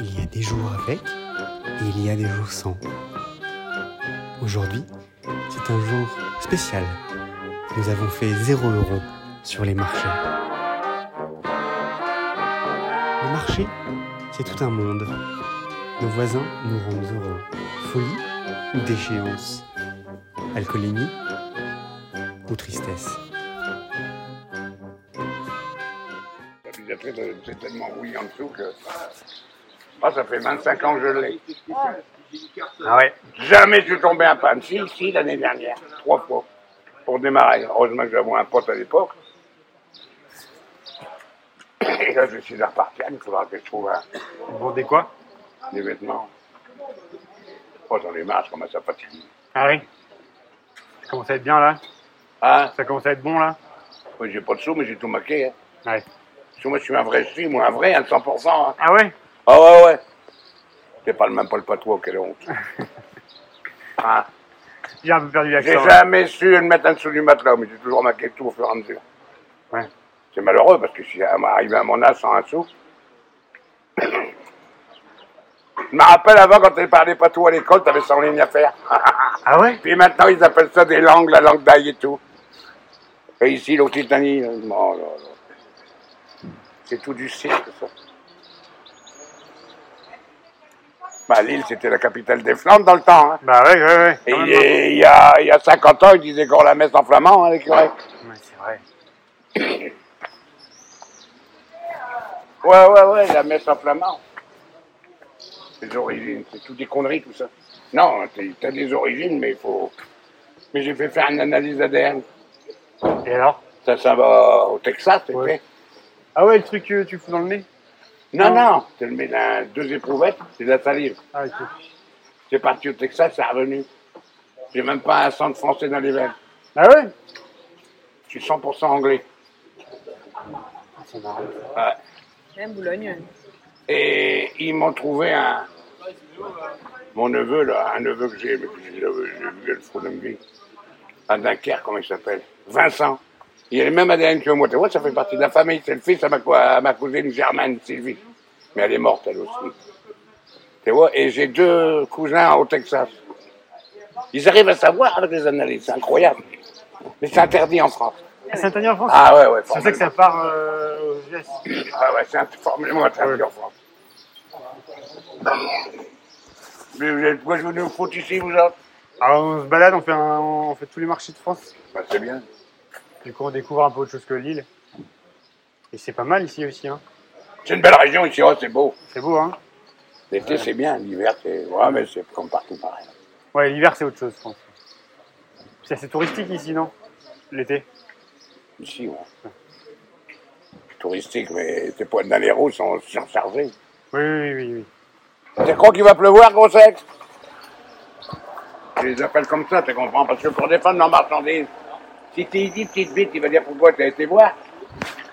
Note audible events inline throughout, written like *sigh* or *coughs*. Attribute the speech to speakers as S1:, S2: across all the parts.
S1: Il y a des jours avec et il y a des jours sans. Aujourd'hui, c'est un jour spécial. Nous avons fait 0 euro sur les marchés. Les marchés, c'est tout un monde. Nos voisins nous rendent heureux. Folie ou déchéance Alcoolémie ou tristesse
S2: Puis après, euh, c'est tellement rouillé en dessous que. Ah, ça fait 25 ans que je l'ai.
S1: Ah ouais
S2: Jamais je suis tombé en panne. Si, si, l'année dernière. Trois fois. Pour démarrer. Heureusement que j'avais un pote à l'époque. Et là, je suis reparti. Il faudra que je trouve un-
S1: Vous vendez quoi
S2: des vêtements. Oh, j'en ai marre, ça commence à fatiguer.
S1: Ah oui Ça commence à être bien là
S2: Ah,
S1: Ça commence à être bon là
S2: moi, j'ai pas de sous, mais j'ai tout maqué. Hein.
S1: Ouais.
S2: Parce que moi, je suis un vrai ch'ti, moi, un vrai, à 100%. hein.
S1: Ah ouais
S2: Ah ouais, ouais. Je parle même pas le patois, quelle honte. Ah.
S1: J'ai un peu perdu
S2: J'ai jamais su le mettre en dessous du matelas, mais j'ai toujours maqué tout au fur et à mesure.
S1: Ouais.
S2: C'est malheureux parce que je suis arrivé à mon âge sans un sou. *coughs* Je me rappelle avant quand tu parlais pas tout à l'école, t'avais 100 lignes à faire.
S1: Ah ouais
S2: Puis maintenant ils appellent ça des langues, la langue d'ail et tout. Et ici l'Occitanie, là, oh là là. c'est tout du cirque ça. Bah, Lille c'était la capitale des Flandres dans le temps. Hein.
S1: Bah ouais, ouais, ouais.
S2: Et
S1: quand
S2: il,
S1: même,
S2: est- il y a, il y a 50 ans, il disait qu'on la messe en flamand, hein, les curés.
S1: hein. Ouais, c'est vrai.
S2: Ouais, ouais, ouais, la messe en flamand. Les origines, c'est tout des conneries, tout ça. Non, t'es- t'as des origines, mais il faut. Mais j'ai fait faire une analyse ADN.
S1: Et alors
S2: Ça, ça va au Texas, c'est
S1: Ouais.
S2: fait.
S1: Ah ouais, le truc que tu fous dans le nez
S2: Non, non, tu le mets dans deux éprouvettes, c'est de la salive.
S1: Ah ok.
S2: C'est parti au Texas, c'est revenu. J'ai même pas un centre français dans les veines.
S1: Ah ouais
S2: Je suis 100% anglais.
S1: C'est marrant.
S2: Ouais.
S3: Même Boulogne.
S2: Et ils m'ont trouvé un. Mon neveu, là, un neveu que j'ai, mais que j'ai j'ai vu le fou de ma vie. À Dunkerque, comment il s'appelle Vincent. Il a le même ADN que moi. Tu vois, ça fait partie de la famille. C'est le fils à ma, co- à ma cousine Germaine, Sylvie. Mais elle est morte, elle aussi. Tu vois, et j'ai deux cousins au Texas. Ils arrivent à savoir avec les analyses, c'est incroyable. Mais c'est interdit en France.
S1: Ah, c'est interdit en France
S2: Ah ouais, ouais.
S1: C'est pour ça que ça part euh, aux US.
S2: Ah ouais, c'est un- formellement interdit en France. Mais vous êtes quoi, je vous nous foutre ici, vous autres
S1: Alors on se balade, on fait, un- on fait tous les marchés de France.
S2: Bah, c'est bien.
S1: Du coup on découvre un peu autre chose que Lille. Et c'est pas mal ici aussi, hein.
S2: C'est une belle région ici, oh, c'est beau.
S1: C'est beau, hein.
S2: L'été, c'est bien, l'hiver, c'est. Ouais, mais c'est comme partout pareil.
S1: Ouais, l'hiver c'est autre chose, je pense. C'est assez touristique ici, non L'été.
S2: Ici, ouais. C'est Touristique, mais c'est pas dans les roues, ils sont sont chargés.
S1: Oui, oui, oui, oui.
S2: Tu crois qu'il va pleuvoir, gros sexe Je les appelle comme ça, tu comprends Parce que pour défendre leurs marchandises, si tu dis petite bite, il va dire pourquoi tu as été voir.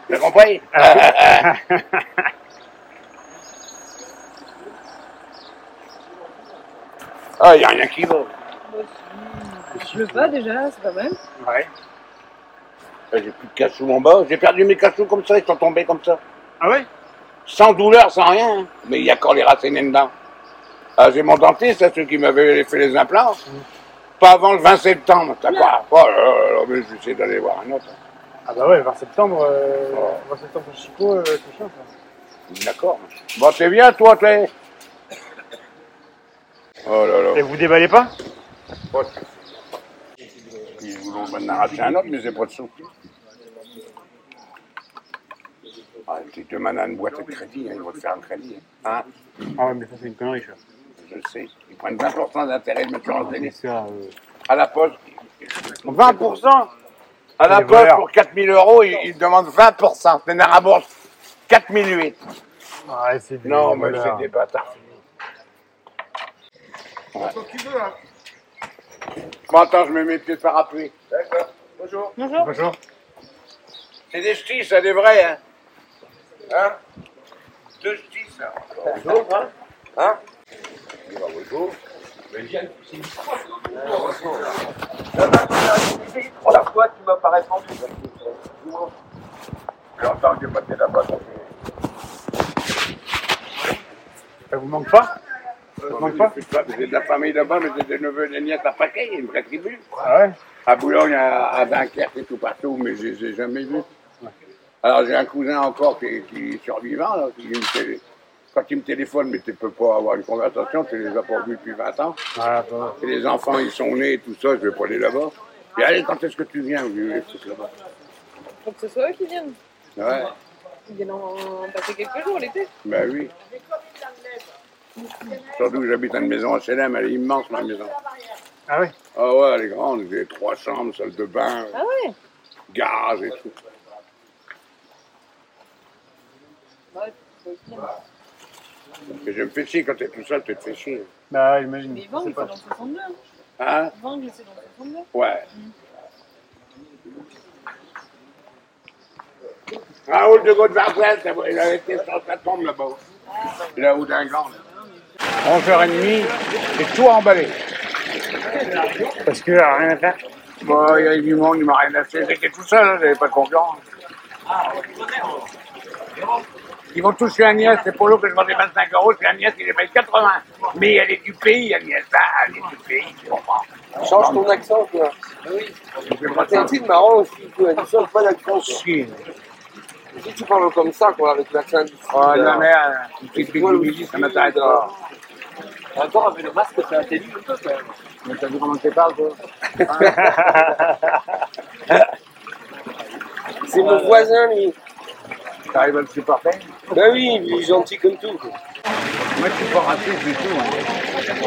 S2: T'as compris Ah, il n'y a rien qui va.
S3: Je le vois déjà, c'est pas mal.
S1: oui. Ouais.
S2: J'ai plus de cassous mon bas. J'ai perdu mes cassous comme ça, ils sont tombés comme ça.
S1: Ah ouais
S2: Sans douleur, sans rien. hein. Mais il y a encore les racines dedans. Ah, j'ai mon dentiste, là, celui qui m'avait fait les implants. Pas avant le 20 septembre, t'as quoi Oh là là là, mais j'essaie d'aller voir un autre. hein.
S1: Ah bah ouais, 20 septembre, euh, 20 septembre pour Chico, euh, c'est chiant ça.
S2: D'accord. Bon, c'est bien, toi, t'es. Oh là là.
S1: Et vous déballez pas
S2: Ils voulons en arracher un autre, mais j'ai pas de sous. Ah, tu demandes à une boîte de crédit, hein, ils vont te faire un crédit. hein. Hein,
S1: Ah ouais, mais ça c'est une connerie, ça.
S2: je sais. Ils prennent 20% d'intérêt de me faire en télé.
S1: ça, euh,
S2: À la poste.
S1: 20%
S2: À la
S1: Les
S2: poste,
S1: voleurs.
S2: pour 4000 euros, ils, ils demandent 20%. C'est la bourse. 4008.
S1: Ah Ouais, c'est des
S2: Non, mais
S1: voleurs.
S2: c'est des bâtards. Ouais. Bon, attends, je mets mes pieds de parapluie. D'accord. Bonjour.
S3: Bonjour.
S1: Bonjour.
S2: C'est des ch'tis, ça, des vrais, hein Hein Deux ch'tis, ça. Bonjour, hein
S4: Hein
S2: Il va retour. Mais Yann,
S4: Oh la fois, tu m'as pas répondu.
S2: j'ai entendu passer là-bas. donc, Ça vous manque pas Ça vous manque pas J'ai de la famille là-bas, mais j'ai des neveux et des nièces à Paquet, une vraie tribu.
S1: Ah ouais
S2: À Boulogne, à, à Dunkerque et tout partout, mais je les ai jamais vus. Alors j'ai un cousin encore qui, qui est survivant, là, qui me télé- quand il me téléphone, mais tu peux pas avoir une conversation, tu les as pas vus depuis 20 ans.
S1: Ah, bah.
S2: Et les enfants, ils sont nés et tout ça, je vais pas aller là-bas. Et allez, quand est-ce que tu viens Je vais là-bas.
S3: Faut que ce soit eux qui viennent.
S2: Ouais,
S3: Ils viennent en passer quelques jours l'été.
S2: ben oui. Surtout que j'habite à une maison à Selem, elle est immense ma maison.
S1: Ah ouais
S2: Ah ouais, elle est grande, j'ai trois chambres, salle de bain,
S3: Ah ouais
S2: garage et tout.
S3: Ouais, faut qu'ils viennent.
S2: Mais je me fais chier quand t'es tout seul, tu te fais chier.
S1: Bah, imagine.
S3: Mais Vang,
S1: C'est
S3: c'est
S1: pas-
S3: dans 62. hein.
S2: Hein
S3: Vang, c'est dans 62.
S2: Ouais. Raoul Ah, de Gaudvarzel, il a été sur sa tombe là-bas. Là où Dingan, là.
S1: 11h30, j'ai tout emballé. Parce que ah, rien à faire.
S2: Bon, il y a eu du monde, il m'a rien acheté. J'étais tout seul, hein, j'avais pas de concurrent. Ils vont tous chez Agnès, c'est pour l'eau que je vendais 25 euros, chez Agnès, il les paye 80. Mais elle est du pays, Agnès, ah, elle est du pays, tu comprends
S4: Change ton accent, quoi.
S2: Ah Je fais pas
S4: C'est
S2: ça.
S4: un truc marrant aussi, quoi. Ils sont pas d'accent, quoi. Si tu parles comme ça, quoi, avec l'accent du
S2: Oh, la merde, une petite bite du midi, ça m'intéresse pas.
S4: Encore avec le masque, c'est intelligent, quand même.
S2: Mais t'as vu comment tu parles, toi Ah,
S4: C'est mon voisin, lui.
S2: T'arrives à le supporter
S4: Ben oui, il est gentil comme tout. quoi.
S2: Moi, je suis pas raciste du tout. Hein.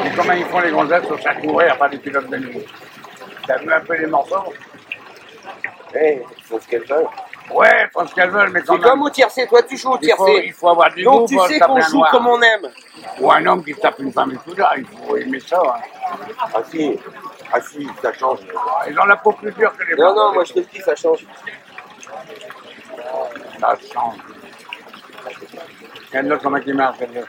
S2: Et comment ils font les gonzesses sur chaque courir, pas les pilotes de nuit T'as vu un peu les morceaux
S4: Eh, faut ce qu'elle veut.
S2: Ouais, faut ce qu'elles veulent, mais quand
S4: C'est
S2: même...
S4: comme au tiercé, toi tu joues au
S2: Il faut,
S4: tiercé.
S2: il faut avoir du goût
S4: Donc tu
S2: pour
S4: sais
S2: se taper
S4: qu'on
S2: un
S4: joue
S2: noir.
S4: comme on aime.
S2: Ou un homme qui se tape une femme et tout là, il faut aimer ça. hein.
S4: Ah si, ah si, ça change.
S2: Ils ont la peau plus dure que les
S4: Non, non, moi je te le dis, ça change.
S2: Ça change. Il y en a d'autres, comment qui marchent, celle-là.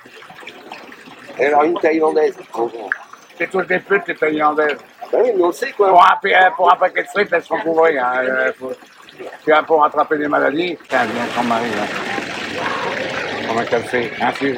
S4: Et alors une thaïlandaise. en gros.
S2: C'est tous des putes, les Thaïlandaises.
S4: Ben oui, mais on sait quoi.
S2: Pour un, pa- pour un paquet de frites, elles sont couvrées. Hein. Euh, faut- Tu vois, pour attraper des maladies, hein. tiens, viens, ton mari, là. Comment qu'elle fait Infuge.